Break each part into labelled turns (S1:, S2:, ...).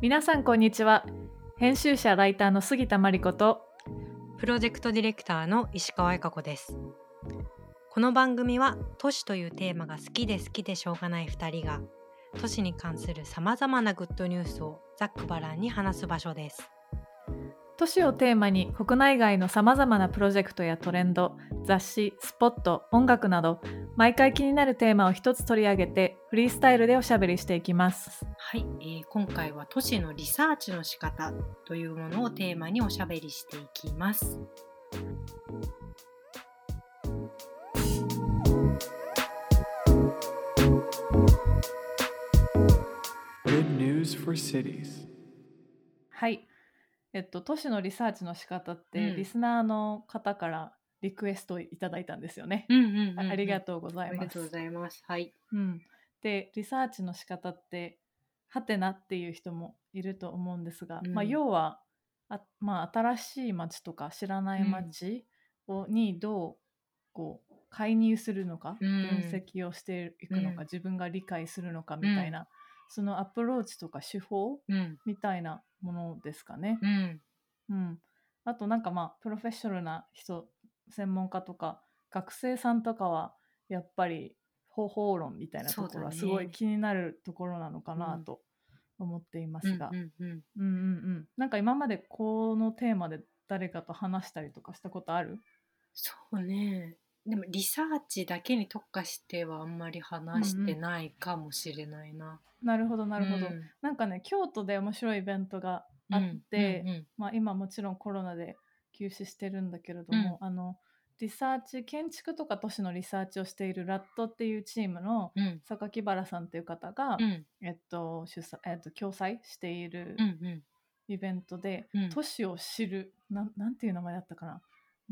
S1: 皆さんこんにちは編集者ライターの杉田真理子と
S2: プロジェクトディレクターの石川恵香子ですこの番組は都市というテーマが好きで好きでしょうがない2人が都市に関するさまざまなグッドニュースをざっくばらんに話す場所です
S1: 都市をテーマに国内外のさまざまなプロジェクトやトレンド雑誌スポット音楽など毎回気になるテーマを一つ取り上げてフリースタイルでおしゃべりしていきます
S2: はい、えー今回は都市のリサーチの仕方というものをテーマにおしゃべりしていきます
S3: Good news for cities.
S1: はいえっと都市のリサーチの仕方って、
S2: うん
S1: リスナーの方からリクエストをいただいたんですよね、
S2: うんうんうんうん、
S1: ありが
S2: う
S1: とうござ
S2: あ
S1: い
S2: りが
S1: ま
S2: とうご
S1: す
S2: ざいますはい
S1: うん、でリサーチの仕方ってハテナっていう人もいると思うんですが、
S2: うん
S1: まあ、要はあ、まあ、新しい町とか知らない町を、にどうこう介入するのか、
S2: うん
S1: 分析をしていくのか、
S2: うん
S1: 自分が理解するのかみたいな、そのアプローチとか手法
S2: うん
S1: みたいなものですかね。
S2: うん
S1: うん、あとなんかまあプロフェッショナルな人専門家とか学生さんとかはやっぱり方法論みたいなところは
S2: そうだね
S1: すごい気になるところなのかなと思っていますが、
S2: うんうんうん
S1: うんうんうんなんか今までこのテーマで誰かと話したりとかしたことある
S2: そうねでもリサーチだけに特化してはあんまり話してないかもしれないな、
S1: なるほどなるほど、
S2: うん
S1: なんかね京都で面白いイベントがあって、
S2: うんうんうん
S1: まあ、今もちろんコロナで休止してるんだけれども、あのリサーチ建築とか都市のリサーチをしているラットっていうチームの
S2: うん
S1: 榊原さんという方が、
S2: うん
S1: えっと主催えっと共催している
S2: うん
S1: イベントで、
S2: うん
S1: 都市を知るなんなんていう名前だったかな、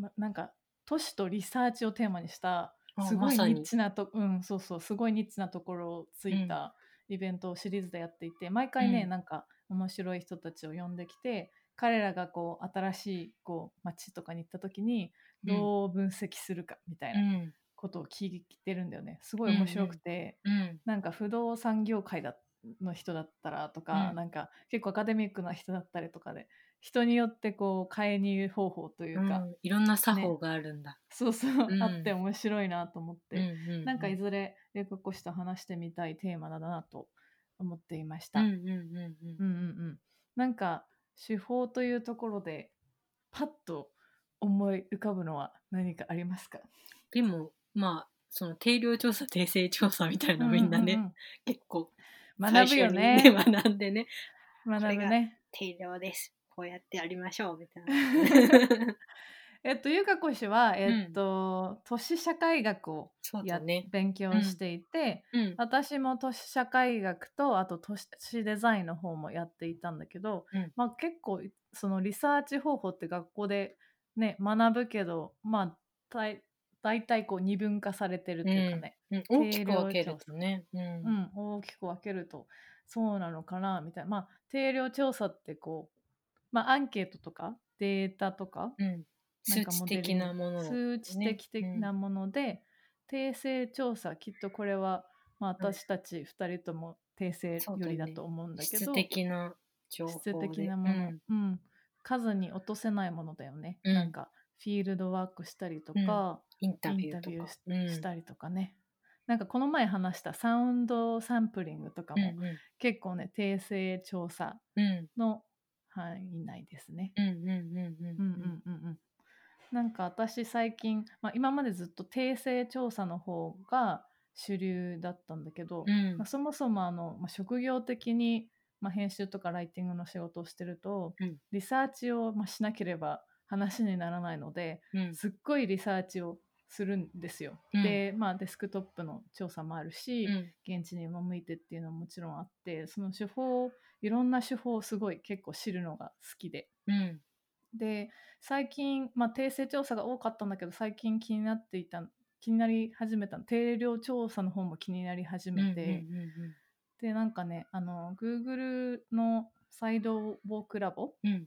S1: ま、なんか都市とリサーチをテーマにした
S2: あ
S1: すご
S2: ま
S1: いニ
S2: さに
S1: ッチなと、うんそうそうすごいニッチなところをついたイベントをシリーズでやっていて毎回ね、
S2: うん
S1: なんか面白い人たちを呼んできて彼らがこう新しいこう街とかに行った時に
S2: うん
S1: どう分析するかみたいな
S2: うん
S1: ことを聞いてるんだよねすごい面白くて。
S2: うん
S1: なんか不動産業界だの人だったらとか、
S2: うん
S1: なんか結構アカデミックな人だったりとかで人によってこう介入方法というか、
S2: うんいろんな作法があるんだ、
S1: そうそう、
S2: ん
S1: あって面白いなと思って、
S2: うんう
S1: なんかい
S2: ず
S1: ずれ英国子と話してみたいテーマだなと思っていました。
S2: うん
S1: う
S2: うん
S1: ん
S2: う
S1: う
S2: ん
S1: んうん、なんか手法というところでパッと思い浮かぶのは何かありますか
S2: でもまあその定量調査訂正調査みたいなみんなね、
S1: うう
S2: 結構
S1: うん学ぶよね
S2: 最初にね学んでね
S1: 学ぶ
S2: これ
S1: ね。
S2: 定量ですこうやってやりましょうみたいな
S1: えっと、ゆかこ氏は、え
S2: う
S1: っ
S2: ん
S1: と、都市社会学を
S2: そう
S1: や
S2: だね
S1: 勉強していて、
S2: うん
S1: 私も都市社会学とあと都市デザインの方もやっていたんだけど、
S2: うん
S1: まあ、結構そのリサーチ方法って学校で、ね、学ぶけど、まあ、たい大体こう二分化されてるっていうかね、
S2: うん、大きく分けるとね、うん
S1: うん大きく分けるとそうなのかなみたいな、まあ、定量調査ってこう、まあ、アンケートとかデータとか
S2: うん、
S1: なん
S2: 数
S1: か
S2: 値
S1: モデル
S2: 的なものを
S1: 数値的的なもので、訂正調査きっとこれは、まあ、
S2: うん
S1: 私たち2人とも訂正よ
S2: そうだ
S1: りだ
S2: ね
S1: と思うんだけ
S2: 質
S1: ど、
S2: 的な情報で
S1: 質的なもの、
S2: う
S1: うんん数に落とせないものだよね、
S2: うん
S1: なんかフィールドワークしたりとか、
S2: インタ
S1: イ
S2: ビ
S1: ン
S2: ュ
S1: タ
S2: ーと
S1: ビュー
S2: か
S1: し,、たりとかねなんかこの前話したサウンドサンプリングとか
S2: うん
S1: も結構ね、訂正調査
S2: うんうん
S1: の範囲内ですね。
S2: うんうんうん
S1: うう
S2: うん
S1: ん
S2: ん
S1: うんうんなんか私最近、まあ、今までずっと訂正調査の方が主流だったんだけど、
S2: うん
S1: まあそもそもあの、まあ、職業的に、まあ、編集とかライティングの仕事をしてると、
S2: うん
S1: リサーチを、まあ、しなければ話にならないので
S2: うん
S1: すっごいリサーチをするんですよ。
S2: うん
S1: で、まあ、デスクトップの調査もあるし、
S2: うん
S1: 現地に赴いてっていうのももちろんあってその手法をいろんな手法をすごい結構知るのが好きで。
S2: うん
S1: で最近、まあ、訂正調査が多かったんだけど最近気になっていた気になり始めた定量調査の方も気になり始めて、
S2: うんうんうん
S1: でなんかねあの Google のサイドウォークラボ
S2: うん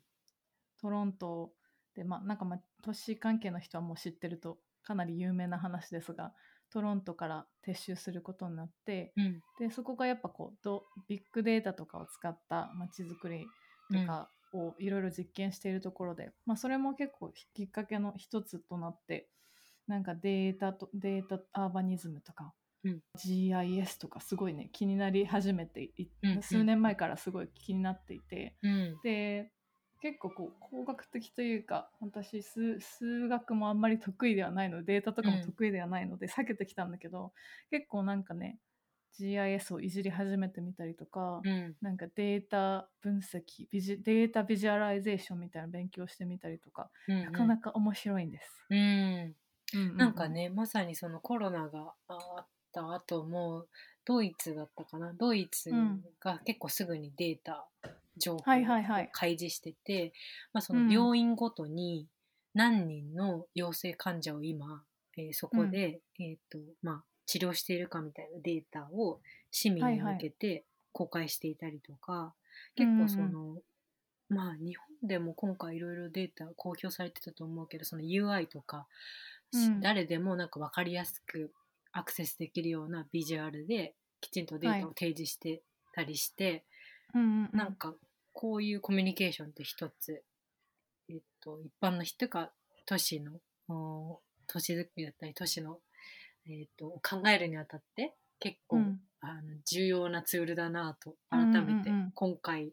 S1: トロントで、まあ、なんか、まあ、都市関係の人はもう知ってるとかなり有名な話ですがトロントから撤収することになって
S2: うん
S1: でそこがやっぱこうどビッグデータとかを使った街づくりとかをいろいろ実験しているところで、まあ、それも結構きっかけの一つとなってなんかデータとデータアーバニズムとか、
S2: うん
S1: GIS とかすごいね気になり始めてい、
S2: うんうん
S1: 数年前からすごい気になっていて
S2: うん
S1: で結構こう工学的というか私数数学もあんまり得意ではないのでデータとかも得意ではないので避けてきたんだけど、結構なんかね GIS をいじり始めてみたりとか、
S2: うん
S1: なんかデータ分析ビジデータビジュアライゼーションみたいな勉強してみたりとか、
S2: うん
S1: なかなか面白いんです。
S2: うん
S1: うん
S2: なんか、ねまさにそのコロナがあった後もドイツだったかなドイツ
S1: うん
S2: が結構すぐにデータ情報を
S1: はいはいはい
S2: 開示してて、まあ、そ
S1: うん
S2: の病院ごとに何人の陽性患者を今、えーそこで、えーとまあ、治療しているかみたいなデータを市民に向けて公開していたりとか、結構その、まあ日本でも今回いろいろデータ公表されてたと思うけどその UI とか、し
S1: うん
S2: 誰でもなんか分かりやすくアクセスできるようなビジュアルできちんとデータを提示してたりして、
S1: うんうんうん
S2: なんかこういうコミュニケーションって一つ、えっと、一般の人が都市のおー都市づくりだったり都市の、えっと、考えるにあたって結構、
S1: うん
S2: あの重要なツールだなぁと
S1: うん
S2: 改
S1: うんうん
S2: めて今回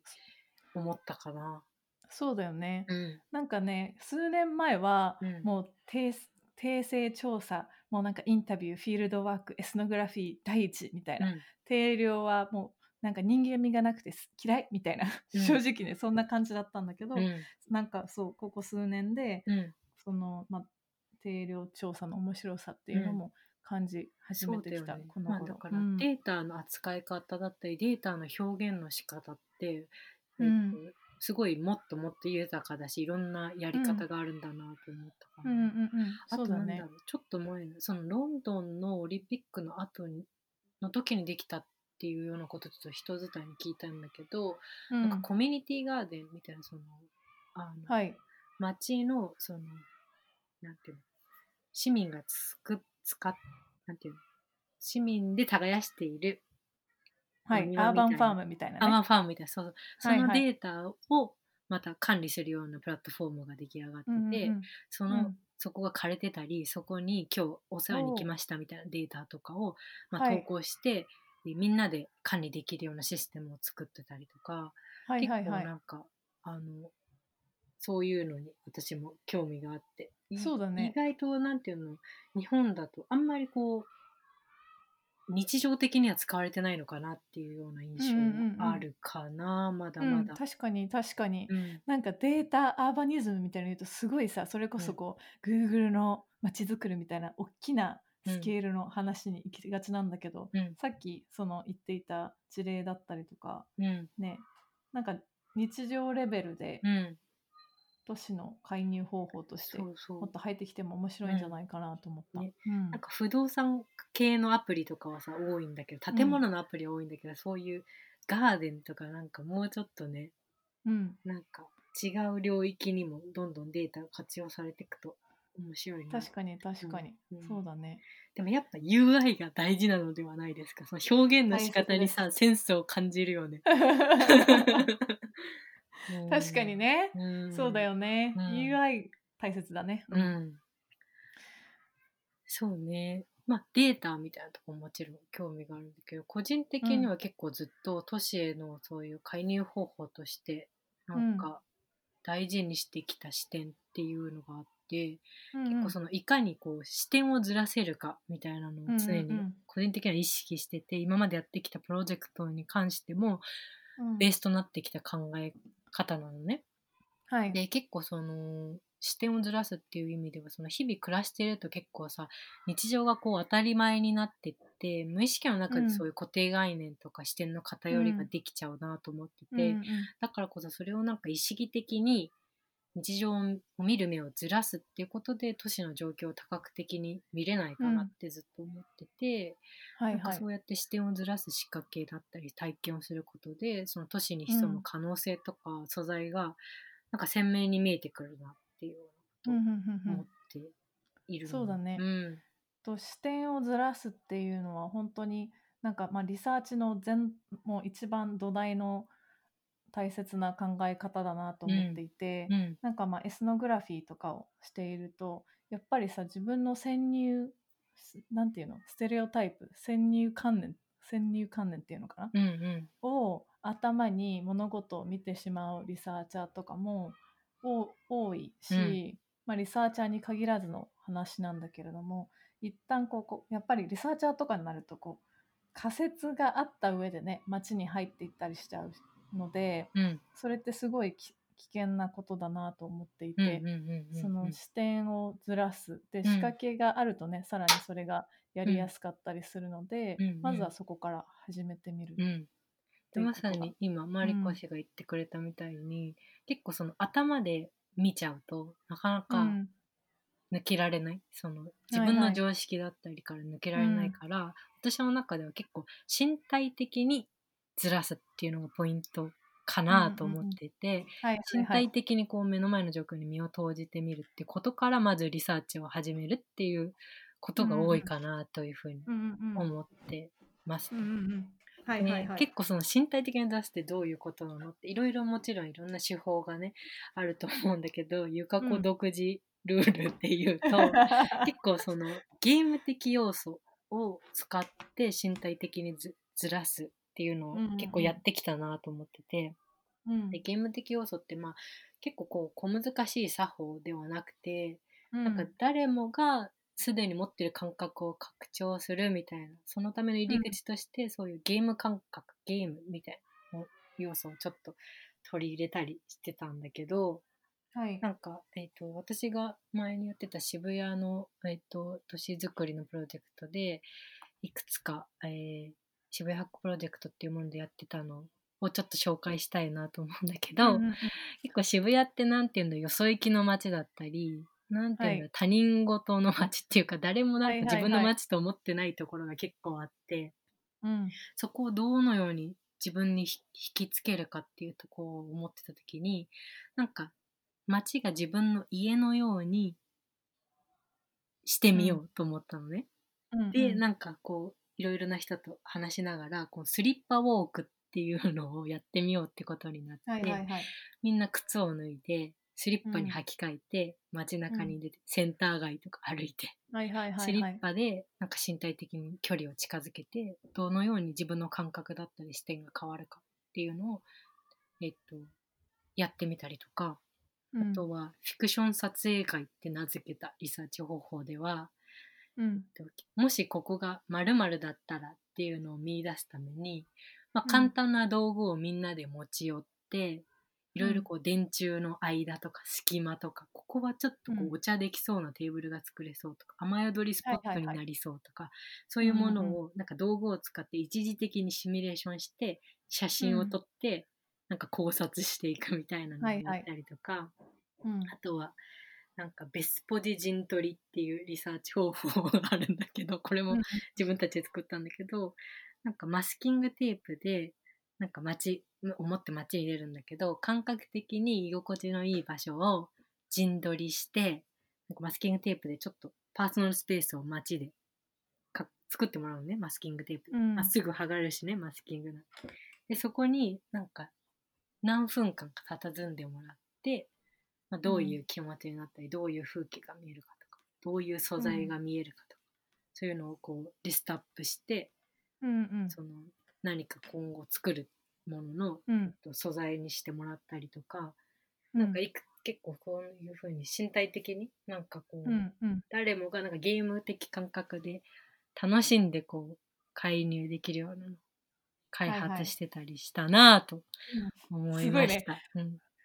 S2: 思ったかな。
S1: そうだよね、
S2: うん
S1: なんかね数年前は
S2: うん
S1: もう定定性調査もうなんかインタビューフィールドワークエスノグラフィー第一みたいな、定量はもうなんか人間味がなくてす嫌いみたいな
S2: うん
S1: 正直ね、そんな感じだったんだけど、
S2: うんうん
S1: なんかそうここ数年で
S2: うん
S1: その、まあ、定量調査の面白さっていうのも感じ始めてきた、
S2: そうだよね
S1: この頃、
S2: まあ、だから
S1: うん
S2: データの扱い方だったりデータの表現の仕方って、
S1: うん
S2: えっとすごいもっともっと豊かだしいろんなやり方があるんだなと思ったか
S1: う
S2: ら、
S1: んうんうんそ
S2: あと
S1: う
S2: な
S1: だ
S2: んだ
S1: ね
S2: ろうちょっと前のそのロンドンのオリンピックの後にの時にできたっていうようなことちょっと人伝いに聞いたんだけど、
S1: うん
S2: なんかコミュニティガーデンみたいなそのあの、
S1: はい
S2: 町のそのなんていうの市民がつく使っなんていうの市民で耕している
S1: は
S2: お
S1: いア
S2: 庭
S1: ーバ
S2: みた
S1: ン
S2: いな
S1: ファームみたいなね
S2: アマファームみたいなそうそうそ
S1: はい
S2: の
S1: はい
S2: データをまた管理するようなプラットフォームが出来上がって
S1: うんうんうん
S2: て、そうの
S1: ん
S2: そこが枯れてたりそこに今日お世話に来ましたみたいなデータとかを、まあ、
S1: は
S2: 投
S1: い
S2: 稿して、でみんなで管理できるようなシステムを作ってたりとか、
S1: はいはい
S2: 結
S1: は
S2: 構
S1: い
S2: なんかあのそういうのに私も興味があってい
S1: そうだね
S2: 意外となんていうの日本だとあんまりこう日常的には使われてないのかなっていうような印
S1: うんうんうん
S2: 象があるかな、まだ
S1: う
S2: ま
S1: ん
S2: だ。
S1: 確かに確かに、
S2: うん
S1: なんかデータアーバニズムみたいなの言うとすごいさそれこそこう、Google の街づくりみたいな大きなスケールの話に行きがちなんだけど、
S2: うん
S1: さっきその言っていた事例だったりとか
S2: うん
S1: ねなんか日常レベルで
S2: うん、
S1: 都市の介入方法として
S2: そ
S1: も
S2: うそ
S1: っと入ってきても面白いんじゃないかなと思った。
S2: うんね
S1: うん
S2: うなんか不動産系のアプリとかはさ多いんだけど建物のアプリは多いんだけど、そういうガーデンとかなんかもうちょっとね
S1: うん
S2: なんか違う領域にもどんどんデータが活用されていくと面白いな
S1: 確かに確かに、
S2: うん
S1: そうだ ね。
S2: でもやっぱ UI が大事なのではないですかその表現の仕方にさセンスを感じるよね
S1: 確かに、ね、
S2: うん
S1: そうだよね、
S2: うん
S1: UI 大切だね。
S2: うんそうねまあデータみたいなとこももちろん興味があるんだけど個人的には結構ずっと都市へのそういう介入方法としてなんか大事にしてきた視点っていうのがあって、
S1: うんうん
S2: 結構そのいかにこう視点をずらせるかみたいなのを
S1: う
S2: 常
S1: んうんう
S2: に
S1: ん
S2: 個人的には意識してて今までやってきたプロジェクトに関してもベースとなってきた考え方なのね。
S1: うんはい、
S2: で結構その視点をずらすっていう意味ではその日々暮らしてると結構さ日常がこう当たり前になってって無意識の中
S1: う
S2: で
S1: ん
S2: そういう固定概念とか視点の偏りができちゃうなと思ってて、
S1: うんうん
S2: だからこそそれをなんか意識的に日常を見る目をずらすっていうことで都市の状況を多角的に見れないかなってずっと思ってて、
S1: はい
S2: なんか
S1: はい
S2: そうやって視点をずらす仕掛けだったり体験をすることでその都市に潜む可能性とか素材がなんか鮮明に見えてくるなっていう
S1: うんうんうんうん
S2: 思っているの
S1: そうだね
S2: うん
S1: と視点をずらすっていうのは本当になんかまあリサーチの全もう一番土台の大切な考え方だなと思っていて、
S2: うん
S1: なんかまあエスノグラフィーとかをしているとやっぱりさ自分の潜入すなんていうのステレオタイプ潜入観念潜入観念っていうのかな、
S2: うんうん
S1: を頭に物事を見てしまうリサーチャーとかもお多いし、
S2: うん
S1: まあ、リサーチャーに限らずの話なんだけれども一旦こうこうやっぱりリサーチャーとかになるとこう仮説があった上でね街に入っていったりしちゃうので
S2: うん
S1: それってすごいき危険なことだなと思ってい
S2: うん
S1: て、
S2: うんうんうん
S1: その視点をずらすで
S2: ん
S1: 仕掛けがあるとね、さらにそれがやりやすかったりするので、
S2: うんうん
S1: まずはそこから始めてみる。
S2: うん
S1: と
S2: で
S1: いう
S2: ま
S1: こと
S2: さ
S1: が
S2: に今マリコ氏が言ってくれたみたいに、結構その頭で見ちゃうとなかな
S1: う
S2: か
S1: ん
S2: 抜けられない、その
S1: い
S2: 自分の常識だったりから抜けられな
S1: うん
S2: いから、私の中では結構身体的にずらすっていうのがポイントかなと思ってて、
S1: はいはい
S2: 身
S1: はい
S2: 体的にこう目の前の状況に身を投じてみるってことからまずリサーチを始めるっていうことが多いかなというふうに
S1: うんうんうん
S2: 思ってます。
S1: うんうんうんはい
S2: ね
S1: はいはい、
S2: 結構その身体的な出すってどういうことなのっていろいろもちろんいろんな手法がねあると思うんだけど ゆか
S1: う
S2: こ
S1: ん
S2: 独自ルールっていう と、結構そのゲーム的要素を使って身体的にずずらすっていうのを
S1: うんうんうん
S2: 結構やってきたなと思ってて、
S1: うん
S2: でゲーム的要素ってまあ結構こう小難しい作法ではなくて、
S1: うん
S2: なんか誰もがすでに持ってる感覚を拡張するみたいなそのための入り口としてそういうゲーム感覚、ゲームみたいな要素をちょっと取り入れたりしてたんだけど
S1: はい
S2: なんか、えっと私が前にやってた渋谷の、えっと都市づくりのプロジェクトでいくつか、えー渋谷発行プロジェクトっていうものでやってたのをちょっと紹介したいなと思うんだけど、
S1: うんうん
S2: 結構渋谷ってなんていうのよそ行きの街だったりなんていうの、
S1: はい
S2: 他人事の街っていうか誰もな
S1: はい
S2: ん
S1: は
S2: か
S1: い
S2: 自分の
S1: はい
S2: 街と思ってないところが結構あって、
S1: うん
S2: そこをどのように自分にひ引きつけるかっていうとこを思ってた時になんか街が自分の家のようにしてみようと思ったのね。
S1: うんうん
S2: でなんかこういろいろな人と話しながらこうスリッパウォークっていうのをやってみようってことになって、
S1: はいはいはい
S2: みんな靴を脱いでスリッパに履き替えて、街中に出て、センター街とか歩いて、
S1: はいはいは
S2: ス
S1: い
S2: リ
S1: は
S2: ッ
S1: い
S2: パでなんか身体的に距離を近づけてどのように自分の感覚だったり視点が変わるかっていうのを、えっと、やってみたりとか、
S1: うん
S2: あとはフィクション撮影会って名付けたリサーチ方法では
S1: うん
S2: えっともしここが〇〇だったらっていうのを見出すために、まあ、
S1: うん
S2: 簡単な道具をみんなで持ち寄って、いろい
S1: うん
S2: ろこう電柱の間とか隙間とかここはちょっとこ
S1: うん
S2: うお茶できそうなテーブルが作れそうとか、雨宿りスポッ
S1: はいは
S2: ト
S1: い
S2: に
S1: はい
S2: なりそうとか、そういうもの
S1: うん
S2: をなんか道具を使って一時的にシミュレーションして写真を撮って、なんか考察していくみたいなのを
S1: はい
S2: や
S1: はい
S2: ったりとか。
S1: うん
S2: あとは、なんかベスポジ陣取りっていうリサーチ方法があるんだけど、これ
S1: う
S2: も
S1: ん
S2: 自分たちで作ったんだけど、なんかマスキングテープで、なんか街、思って街に出るんだけど、感覚的に居心地のいい場所を陣取りして、なんかマスキングテープでちょっとパーソナルスペースを街でか作ってもらうのね、マスキングテープで。
S1: うん
S2: まあ、すぐ剥がれるしね、マスキングなんてで、そこになんか何分間か佇んでもらって、まあ、どういう気持ちになったり、どういう風景が見えるかとかどういう素材が見えるかとか、そういうのをこうリストアップして
S1: うんうん
S2: その何か今後作るものの
S1: うん
S2: と素材にしてもらったりとか、
S1: な
S2: なんかいく結構こういう風に身体的になんかこ
S1: う
S2: う、
S1: んうん
S2: 誰もがなんかゲーム的感覚で楽しんでこう介入できるようなの開
S1: はいはい
S2: 発してたりしたなぁと思いました。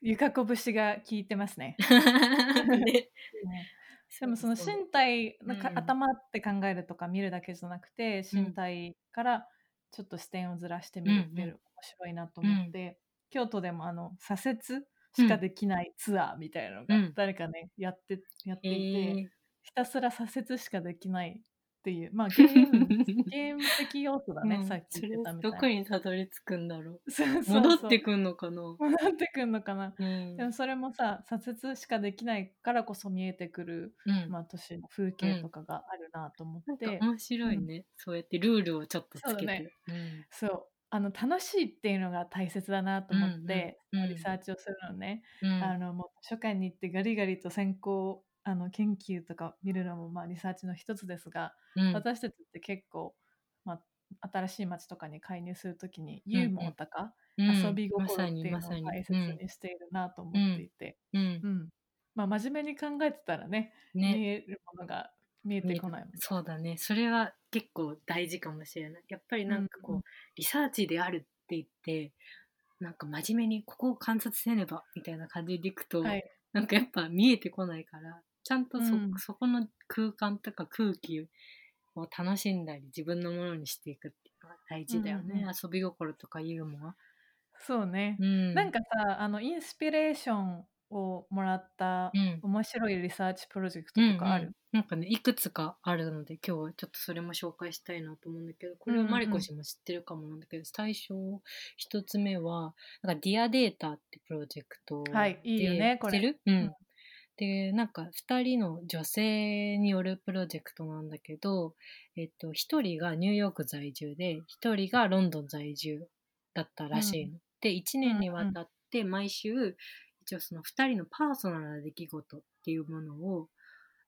S1: ゆかこ節が効いてますね
S2: うんね
S1: ねでもその
S2: うう
S1: 身体なんか
S2: うん
S1: 頭って考えるとか見るだけじゃなくて
S2: うん
S1: 身体からちょっと視点をずらしてみるって
S2: うんうん
S1: 面白いなと思って、京都でもあの左折しかできないツアーみたいなの
S2: う
S1: が
S2: ん
S1: 誰かね、やってやっていて、
S2: えー
S1: ひたすら左折しかできないっていう まあゲームゲーム的要素だね、さっき言ってたみたい
S2: それど
S1: な
S2: こにたどり着くんだろ
S1: そう
S2: う
S1: そうそう
S2: 戻ってくんのかな、
S1: 戻ってくんのかな
S2: うん
S1: でもそれもさ左折しかできないからこそ見えてくる、
S2: うん
S1: まあ、都市の風景とかがあるなと思
S2: な
S1: っ
S2: ん
S1: て、
S2: か面白いね、そうやってルールをちょっとつけて、
S1: そうだねそうあの楽しいっていうのが大切だなと思って、
S2: うんうんうん
S1: リサーチをするのね、
S2: うんうん
S1: あのもう図書館に行ってガリガリと先行あの研究とか見るのもまあリサーチの一つですが、
S2: うん
S1: 私たちって結構、まあ、新しい街とかに介入するときにユーモアとか、
S2: うん
S1: 遊び心
S2: ま
S1: っ
S2: さ
S1: て
S2: に
S1: いうの
S2: ま
S1: を
S2: さに
S1: 大切にしているなと思っていて、
S2: うんうん
S1: うんまあ、真面目に考えてたらね見
S2: ね
S1: えるものが見えてこないもんね
S2: そうだねそれは結構大事かもしれないやっぱりなんかこう、
S1: うん
S2: リサーチであるって言ってなんか真面目にここを観察せねばみたいな感じでいくと、
S1: はい
S2: なんかやっぱ見えてこないからちゃんとそ,、
S1: うん
S2: そこの空間とか空気を楽しんだり自分のものにしていくっていうのが大事だよ
S1: う
S2: ね、
S1: んうん
S2: 遊び心とかユーモア、
S1: そうね、
S2: うん、
S1: なんかさあのインスピレーションをもらった
S2: うん
S1: 面白いリサーチプロジェクト
S2: うん
S1: とかある、
S2: うんなんかねいくつかあるので今日はちょっとそれも紹介したいなと思うんだけどこれはマリコ氏も知ってるかもなんだけど、最初一つ目はなんかディアデータってプロジェクト
S1: はいいいよね
S2: で
S1: これ
S2: 知ってる、うん
S1: うん
S2: でなんか2人の女性によるプロジェクトなんだけど、えっと、1人がニューヨーク在住で1人がロンドン在住だったらしいの。で1年にわたって毎週一応その2人のパーソナルな出来事っていうものを、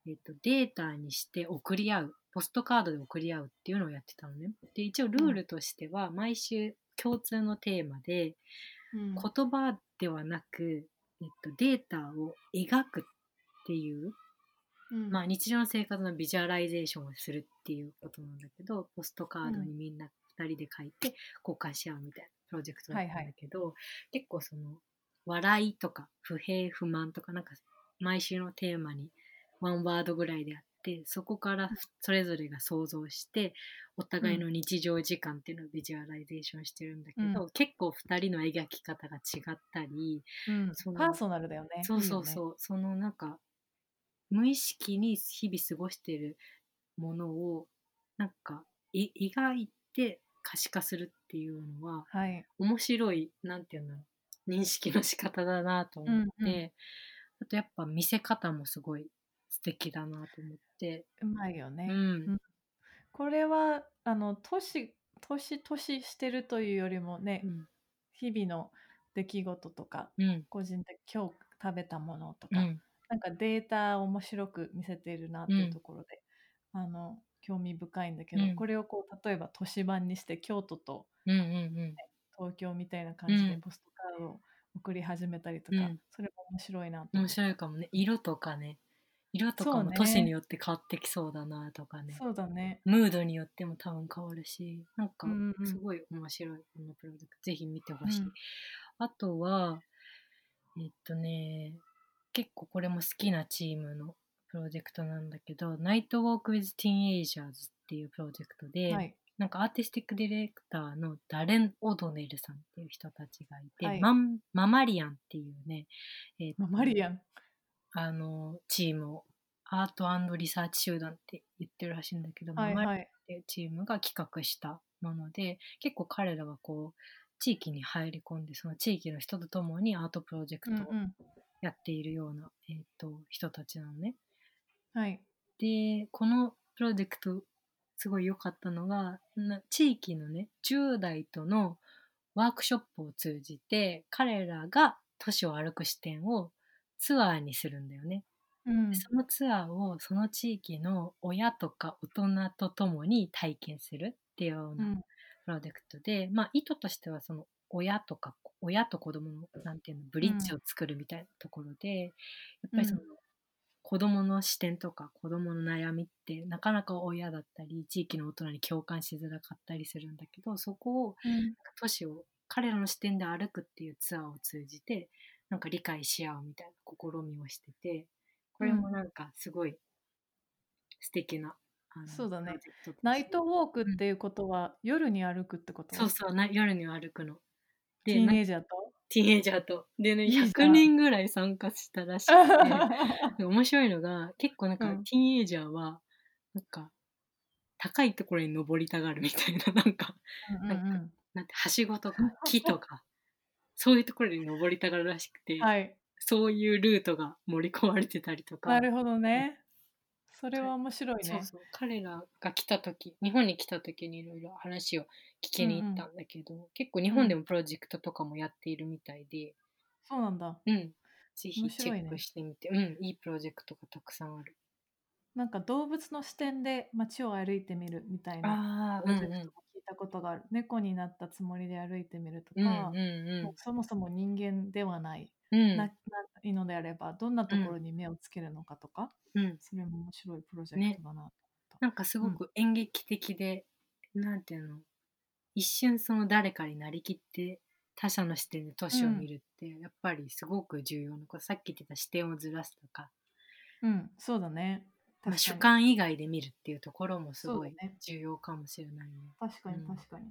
S2: えっと、データにして送り合うポストカードで送り合うっていうのをやってたのね。で一応ルールとしては毎週共通のテーマで、
S1: うん
S2: 言葉ではなく、えっと、データを描くっていう、
S1: うん
S2: まあ、日常の生活のビジュアライゼーションをするっていうことなんだけどポストカードにみんな2人で書いて交換し合うみたいなプロジェクトだったんだけど、結構その笑いとか不平不満とかなんか毎週のテーマにワンワードぐらいであってそこからそれぞれが想像してお互いの日常時間っていうのをビジュアライゼーションしてるんだけど、
S1: う
S2: 結構2人の描き方が違ったり、
S1: うん
S2: その
S1: パーソナルだよね
S2: そうそうそううそのなんか無意識に日々過ごしてるものをなんかい描いて可視化するっていうのは
S1: はい
S2: 面白いなんていうんだろう認識の仕方だなと思って、
S1: うんう
S2: あとやっぱ見せ方もすごい素敵だなと思って、
S1: うまいよね、
S2: うん
S1: これはあの年年年してるというよりもね、
S2: うん
S1: 日々の出来事とか
S2: うん
S1: 個人的今日食べたものと
S2: う
S1: か、
S2: ん
S1: なんかデータを面白く見せているなっていうところで、あの興味深いんだけど、
S2: うん
S1: これをこう例えば都市版にして京都と
S2: うんうんうん
S1: 東京みたいな感じ
S2: う
S1: で
S2: ん
S1: ポストカードを送り始めたりとか、
S2: うん
S1: それも面白いなと思
S2: 面
S1: って
S2: 白いかもね色とかね色と
S1: そ
S2: か
S1: う
S2: も
S1: ね
S2: 都市によって変わってきそうだなとかね
S1: そうだね
S2: ムードによっても多分変わるしなんか
S1: うんうん
S2: すごい面白いこのプロジェクトぜひ見てほしい、
S1: うん
S2: あとはえっとね結構これも好きなチームのプロジェクトなんだけど「ナイトウォーク・ウィズ・ティーン・エイジャーズ」っていうプロジェクトで、
S1: はい
S2: なんかアーティスティックディレクターのダレン・オドネルさんっていう人たちがいて、
S1: はい
S2: マンママリアンっていうね、えっと
S1: まあマリアン
S2: あのチームをアートリサーチ集団って言ってるらしいんだけど、
S1: はい
S2: ママリアン
S1: はい
S2: っていうチームが企画したもので結構彼らはこう地域に入り込んでその地域の人と共にアートプロジェク
S1: うん
S2: トを
S1: うん
S2: やっているような、えー、と人たちなのね。
S1: はい
S2: でこのプロジェクトすごい良かったのがな地域のね10代とのワークショップを通じて彼らが都市を歩く視点をツアーにするんだよね。
S1: うん
S2: でそのツアーをその地域の親とか大人と共に体験するっていうよう
S1: う
S2: なんプロジェクトで、まあ意図としてはその親とか親と子供のなんていうのブリッジを作るみたいなところで、やっぱりその、子供の視点とか子供の悩みってなかなか親だったり地域の大人に共感しづらかったりするんだけどそこを
S1: うん
S2: 都市を彼らの視点で歩くっていうツアーを通じてなんか理解し合うみたいな試みをしててこれもなんかすごい素敵な、あの
S1: そうだね
S2: プロジェクトです
S1: ナイトウォークっていうことは夜に歩くってこと
S2: そうそうな夜に歩くの
S1: テ
S2: で
S1: ィー
S2: な
S1: ンエイジャーと
S2: ティーンエイジャーとでね
S1: いいじゃん
S2: 100人ぐらい参加した らしくて面白いのが結構なんか、
S1: うん
S2: ティーンエイジャーはなんか高いところに登りたがるみたいななんか
S1: うんうん
S2: なんてはしごと か木とかそういうところに登りたがるらしくて、
S1: うんはい
S2: そういうルートが盛り込まれてたりとか
S1: なるほどねそれは面白い
S2: そ
S1: ね
S2: うそう彼らが来た時日本に来た時にいろいろ話を聞きに行ったんだけど、結構日本でもプロジェクトとかもやっているみたいで、
S1: そうなんだ
S2: うん、ぜひ
S1: 面
S2: チェ
S1: 白いね
S2: ックしてみて、うん、いいプロジェクトがたくさんある。
S1: なんか動物の視点で街を歩いてみるみたいな
S2: あ
S1: プ
S2: うん
S1: ロジ
S2: う
S1: ェクトも
S2: ん
S1: 聞いたことがある、猫になったつもりで歩いてみると
S2: うん
S1: か、
S2: う
S1: もうそもそも人間ではない、
S2: んうん
S1: なないのであればどんなところに目をつけるのかとか、
S2: うん
S1: それも面白いプロジェクトだな、
S2: なんかすごく演劇的で、なんていうの一瞬その誰かになりきって他者の視点で都市を見るって、やっぱりすごく重要なことさっき言ってた視点をずらすとか
S1: うんそうだね
S2: まあ、
S1: 確か
S2: 主
S1: に
S2: 観以外で見るっていうところもす
S1: そう
S2: ご
S1: だ
S2: い
S1: ね
S2: 重要かもしれないね。
S1: 確かに
S2: うん
S1: 確かに、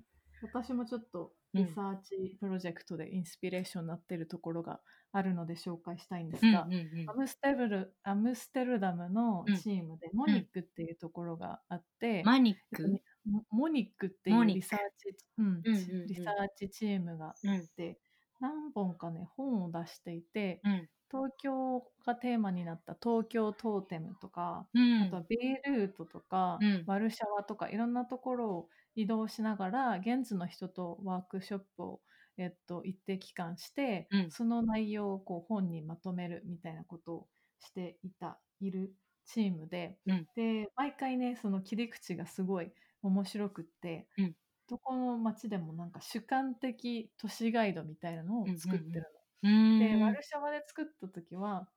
S1: 私もちょっと
S2: うん
S1: リサーチプロジェクトでインスピレーションになってるところがあるので紹介したいんです
S2: うんうん
S1: が、
S2: うん
S1: アムステブルアムステルダムのチームでモニックっていうところがあって、
S2: マニッ
S1: えっ
S2: ク
S1: とね、モモニックってい
S2: モ
S1: う
S2: ニック
S1: リサーチ、うん
S2: うんうんうん
S1: リサーチチームがあっ
S2: うん
S1: て何本かね本を出していて
S2: うん
S1: 東京がテーマになった「東京トーテム」とか、
S2: うん、
S1: あとはベイルートとか、
S2: うん
S1: ワルシャワとかいろんなところを移動しながら現地の人とワークショップを、えっと、一定期間して、
S2: うん
S1: その内容をこう本にまとめるみたいなことをしていたいるチームで、
S2: うん
S1: で毎回ねその切り口がすごい面白くって、
S2: うん
S1: どこの町でもなんか主観的都市ガイドみたいなのを作ってるの。
S2: うーん
S1: で、ワルシャワで作った時は、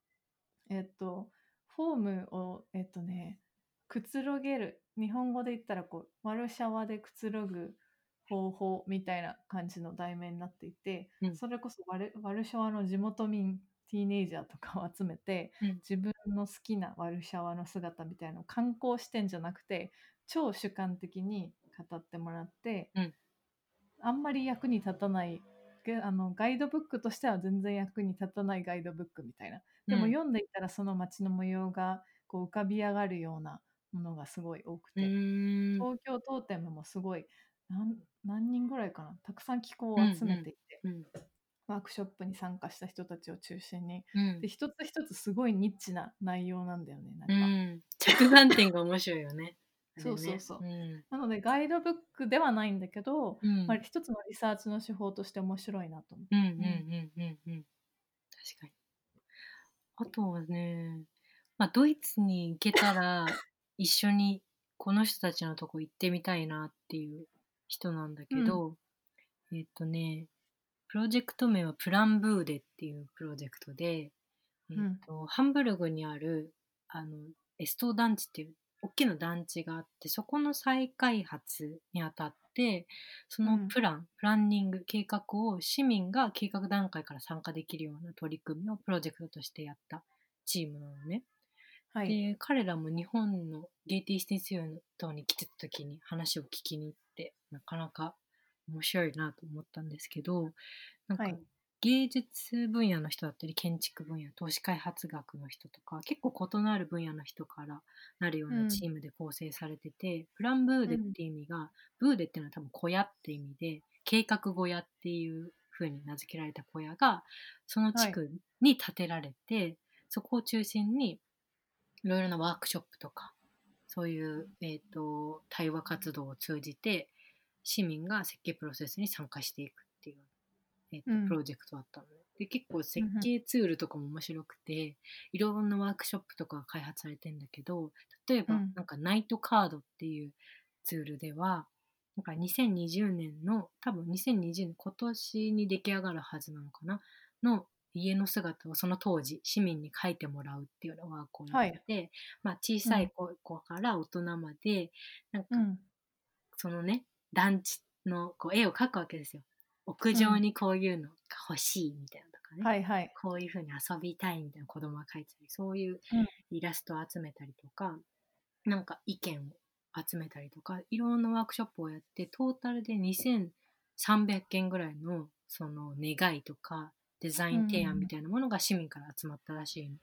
S1: えっと、フォームを、えっとね、くつろげる。日本語で言ったらこう、ワルシャワでくつろぐ方法みたいな感じの題名になっていて、
S2: うん
S1: それこそワルワルシャワの地元民、ティーネイジャーとかを集めて、
S2: うん
S1: 自分の好きなワルシャワの姿みたいのを観光視点じゃなくて、超主観的に語ってもらって、
S2: うん
S1: あんまり役に立たないであのガイドブックとしては全然役に立たないガイドブックみたいなでも
S2: うん
S1: 読んでいたらその街の模様がこう浮かび上がるようなものがすごい多く
S2: う
S1: て、
S2: ーん
S1: 東京トーテムもすごい何何人ぐらいかなたくさん寄稿を集めていて、
S2: うん
S1: ワークショップに参加した人たちを中心に
S2: うん
S1: で一つ一つすごいニッチな内容なんだよねなん
S2: う
S1: か、
S2: ん着眼点が面白い よね。あれね
S1: そうそうそう
S2: うん
S1: なのでガイドブックではないんだけど、
S2: うん
S1: まあ、一つのリサーチの手法として面白いなと思って
S2: うんうんうんうんうん確かにあとはね、まあ、ドイツに行けたら 一緒にこの人たちのとこ行ってみたいなっていう人なんだけど、えっ、とねプロジェクト名はプランブーデっていうプロジェクトで、えっとハンブルグにあるあのエスト団地っていう大きな団地があってそこの再開発にあたってそのプラン、プランニング計画を市民が計画段階から参加できるような取り組みをプロジェクトとしてやったチームなのね。
S1: はい、
S2: で彼らも日本のゲイティスティスヨ島に来てた時に話を聞きに行ってなかなか面白いなと思ったんですけどなんか
S1: はい
S2: 芸術分野の人だったり建築分野都市開発学の人とか結構異なる分野の人からなるよう
S1: う
S2: なんチームで構成されてて、プランブーデっていう意味が、ブーデっていうのは多分小屋って意味で計画小屋っていう風に名付けられた小屋がその地区に建てられて、そこを中心にいろいろなワークショップとかそういう、えー、と対話活動を通じて市民が設計プロセスに参加していくっていう、えーと
S1: うん
S2: プロジェクトだったのねで結構設計ツールとかも面白くて、いろんなワークショップとかが開発されてんだけど例えば
S1: うん
S2: なんかナイトカードっていうツールでは、なんか2020年の多分2020年今年に出来上がるはずなのかなの家の姿をその当時市民に書いてもらうっていうようなワークをやってて、まあ、小さい子,、子から大人までなんか
S1: うん
S2: そのね団地のこう絵を描くわけですよ屋上にこういうのが欲しいみたいなのとかね、
S1: はいはい、
S2: こういう風に遊びたいみたいな子供が描いてたりそういう
S1: うん
S2: イラストを集めたりとか、なんか意見を集めたりとかいろんなワークショップをやってトータルで2300件ぐらいのその願いとかデザイン提案みたいなものが市民から集まったらしいの。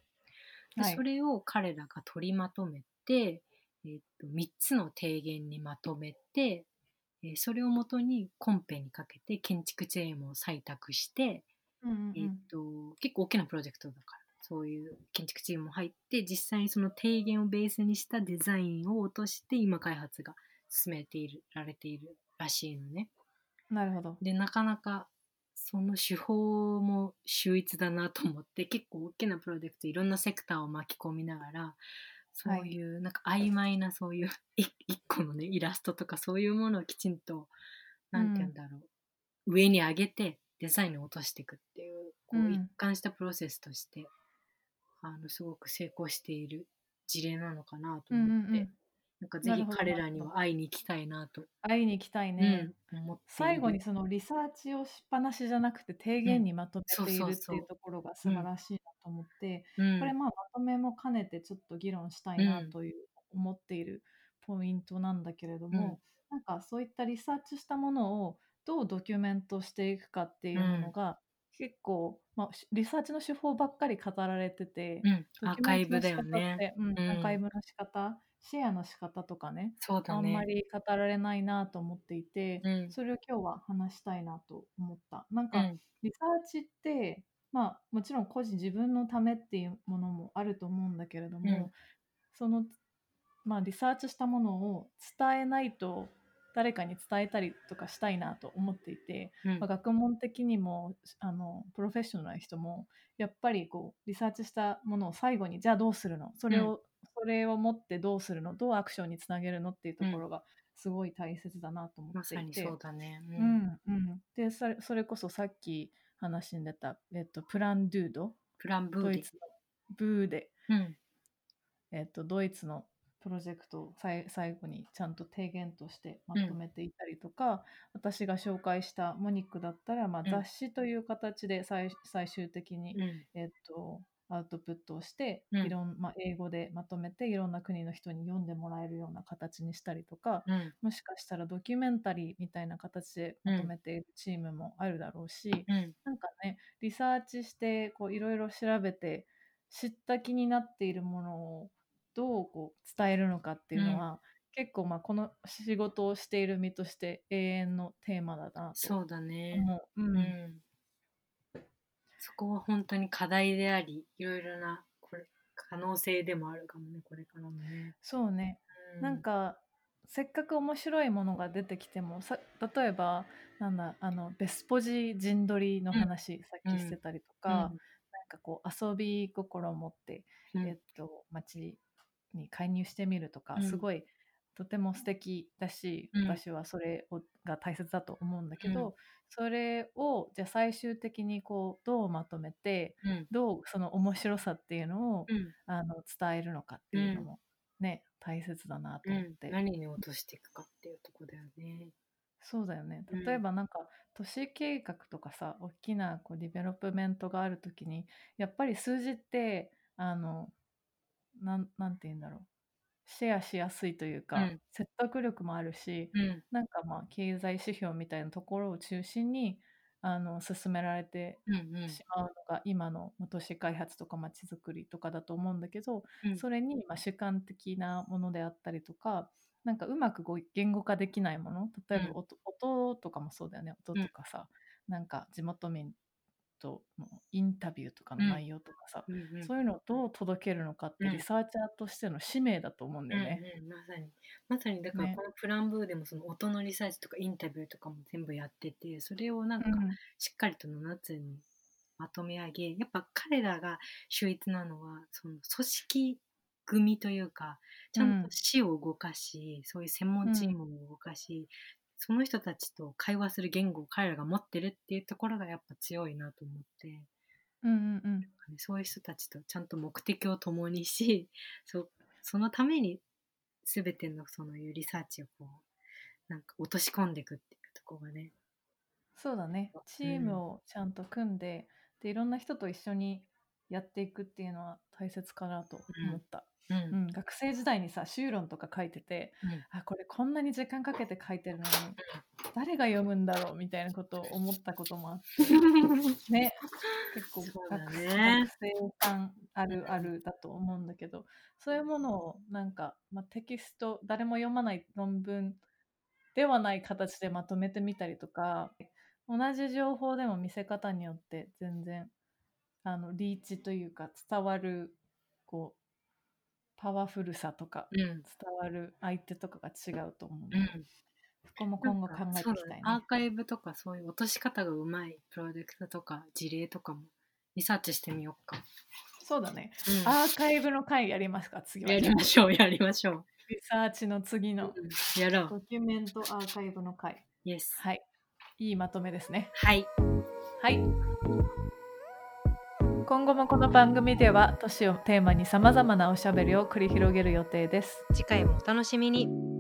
S2: で
S1: はい
S2: それを彼らが取りまとめて、えーと3つの提言にまとめて、えーそれをもとにコンペにかけて建築チェーンを採択して、
S1: うんうん
S2: えー、と結構大きなプロジェクトだからそういう建築チームも入って実際にその提言をベースにしたデザインを落として今開発が進めているられているらしいのね。
S1: なるほど。
S2: でなかなかその手法も秀逸だなと思って 結構大きなプロジェクトいろんなセクターを巻き込みながらそういうなんか曖昧なそう いう一一個のねイラストとかそういうものをきちんと何て言うんだろう、上に上げてデザインに落としていくっていうこ
S1: う
S2: うん一貫したプロセスとして、あのすごく成功している事例なのかなと
S1: うんうん
S2: 思って、
S1: うん、
S2: なんかぜ
S1: な
S2: ひ
S1: るほど
S2: 彼らには会いに行きたいなと、
S1: 会いに行きたいね。
S2: うん思っている
S1: 最後にそのリサーチをしっぱなしじゃなくて提言にまとめてい
S2: そう
S1: る
S2: そう
S1: って
S2: そう
S1: いうところが素晴らしいなと思って、
S2: うん
S1: これまあまとめも兼ねてちょっと議論したいなという思っているポイントなんだけれども、なんかそういったリサーチしたものをどうドキュメントしていくかっていうのが結構、まあ、しリサーチの手法ばっかり語られてて、
S2: うん、
S1: ド
S2: ア
S1: キュ
S2: カ
S1: メ
S2: イ
S1: ント
S2: ブ
S1: の
S2: だ
S1: 仕方
S2: よ
S1: って
S2: ね。
S1: うん
S2: うん
S1: アーカイブの仕方シェアの仕方とかね
S2: そうだ
S1: あん
S2: ね。
S1: まり語られないなと思っていて、
S2: うん
S1: それを今日は話したいなと思った。なん
S2: う
S1: か
S2: ん
S1: リサーチって、まあもちろん個人自分のためっていうものもあると思うんだけれども、
S2: うん
S1: その、まあ、リサーチしたものを伝えないと誰かに伝えたりとかしたいなと思っていて、
S2: うん
S1: まあ、学問的にもあのプロフェッショナルな人もやっぱりこうリサーチしたものを最後にじゃあどうするのそれを、それを持ってどうするのどうアクションにつなげるのっていうところがすごい大切だなと思
S2: ま
S1: って
S2: さ
S1: い
S2: に
S1: て、
S2: そうだね。う
S1: う。んうん、でそれそれこそさっき話に出た、えっと、プランドゥード
S2: プランブ
S1: ド
S2: ーデ
S1: イ
S2: ィ
S1: ツ。のブーデ、
S2: うん。
S1: えっと、ドイツのプロジェクトをさい最後にちゃんと提言としてまとめていたりとか、私が紹介したモニックだったら、まあ、
S2: うん
S1: 雑誌という形で最最終的に、
S2: うん。
S1: えっと、アウトプットをして、
S2: うん
S1: いろんまあ、英語でまとめていろんな国の人に読んでもらえるような形にしたりとか、
S2: うん。
S1: もしかしたらドキュメンタリーみたいな形でまとめているチームもあるだろうし、
S2: うん。
S1: なんかねリサーチしてこういろいろ調べて知った気になっているものをどうこう伝えるのかっていうのは、結構まあこの仕事をしている身として永遠のテーマだなと
S2: そうだね。
S1: 思う。う
S2: うんん。そこは本当に課題であり、いろいろな、これ、可能性でもあるかもね、これからもね。
S1: そうね
S2: う
S1: なん、かせっかく面白いものが出てきてもさ例えばなんだあのベスポジ陣取りの話、さっきしてたりと
S2: う
S1: か、
S2: ん
S1: なんかこう遊び心を持って、
S2: うん
S1: えっと、町に介入してみるとか、
S2: うん
S1: すごいとても素敵だし、
S2: うん
S1: 私はそれをが大切だと思うんだけど、それをじゃあ最終的にこうどうまとめて
S2: うん。
S1: どうその面白さっていうのを、
S2: うん。
S1: あの伝えるのかっていうのもね、大切だなと
S2: う
S1: 思っ
S2: ん
S1: て、
S2: 何に落としていくかっていうとこだよね。
S1: そうだよね
S2: うん
S1: 例えばなんか都市計画とかさ大きなこうディベロップメントがある時にやっぱり数字ってあのなんなんて言うんだろうシェアしやすいというか、
S2: うん
S1: 説得力もあるし
S2: うん。
S1: なんかまあ経済指標みたいなところを中心にあの進められて
S2: うん。
S1: しまうのが今のまあ都市開発とかまちづくりとかだと思うんだけど、
S2: うん。
S1: それにまあ主観的なものであったりとか、なんかうまくご言語化できないもの、例えば
S2: うん
S1: 音,、音とかもそうだよね、音とかさ、なんか地元民とのインタビューとかの
S2: うん
S1: 内容とかさ、
S2: うん。うん。
S1: そういうのをどう届けるのかって
S2: うん
S1: リサーチャーとしての使命だと思うんだよね。
S2: うんうん、まさにまさにだから
S1: ね
S2: このプランブーでもその音のリサーチとかインタビューとかも全部やっててそれをなんか
S1: うん
S2: しっかりと7つにまとめ上げやっぱ彼らが秀逸なのはその組織組というかちゃん
S1: う
S2: と
S1: ん
S2: 市を動かし、そういう専門チームを動かし、その人たちと会話する言語を彼らが持ってるっていうところがやっぱ強いなと思って。
S1: うんうんうん
S2: ねそういう人たちとちゃんと目的を共にし そそのために全てのそのいうリサーチをこうなんか落とし込んでいくっていうところがね。
S1: そうだね。チームをちゃんと組んで、でいろんな人と一緒にやっていくっていうのは大切かなと思った。
S2: うん
S1: うん、学生時代にさ修論とか書いてて、
S2: うん
S1: あこれこんなに時間かけて書いてるのに 誰が読むんだろうみたいなことを思ったこともあってね結構
S2: そうだ
S1: 学,、
S2: ね
S1: 生さんあるあるだと思うんだけどそういうものをなんか、まあ、テキスト誰も読まない論文ではない形でまとめてみたりとか同じ情報でも見せ方によって全然あのリーチというか伝わるこうパワフルさとか
S2: うん
S1: 伝わる相手とかが違うと思うの
S2: う
S1: で、
S2: ん、
S1: そこも今後考えていき
S2: そうだ
S1: たい
S2: ね
S1: ね。
S2: アーカイブとかそういう落とし方がうまいプロジェクトとか事例とかもリサーチしてみようか、
S1: そうだね。
S2: うん
S1: アーカイブの回やりますか次は。
S2: や
S1: リ
S2: りましょうやりましょう、
S1: サーチの次の
S2: うんやろう
S1: ドキュメントアーカイブの回。
S2: イエス
S1: はい。いいまとめですね。
S2: はい
S1: はい。今後もこの番組では、都市をテーマにさまざまなおしゃべりを繰り広げる予定です。
S4: 次回もお楽しみに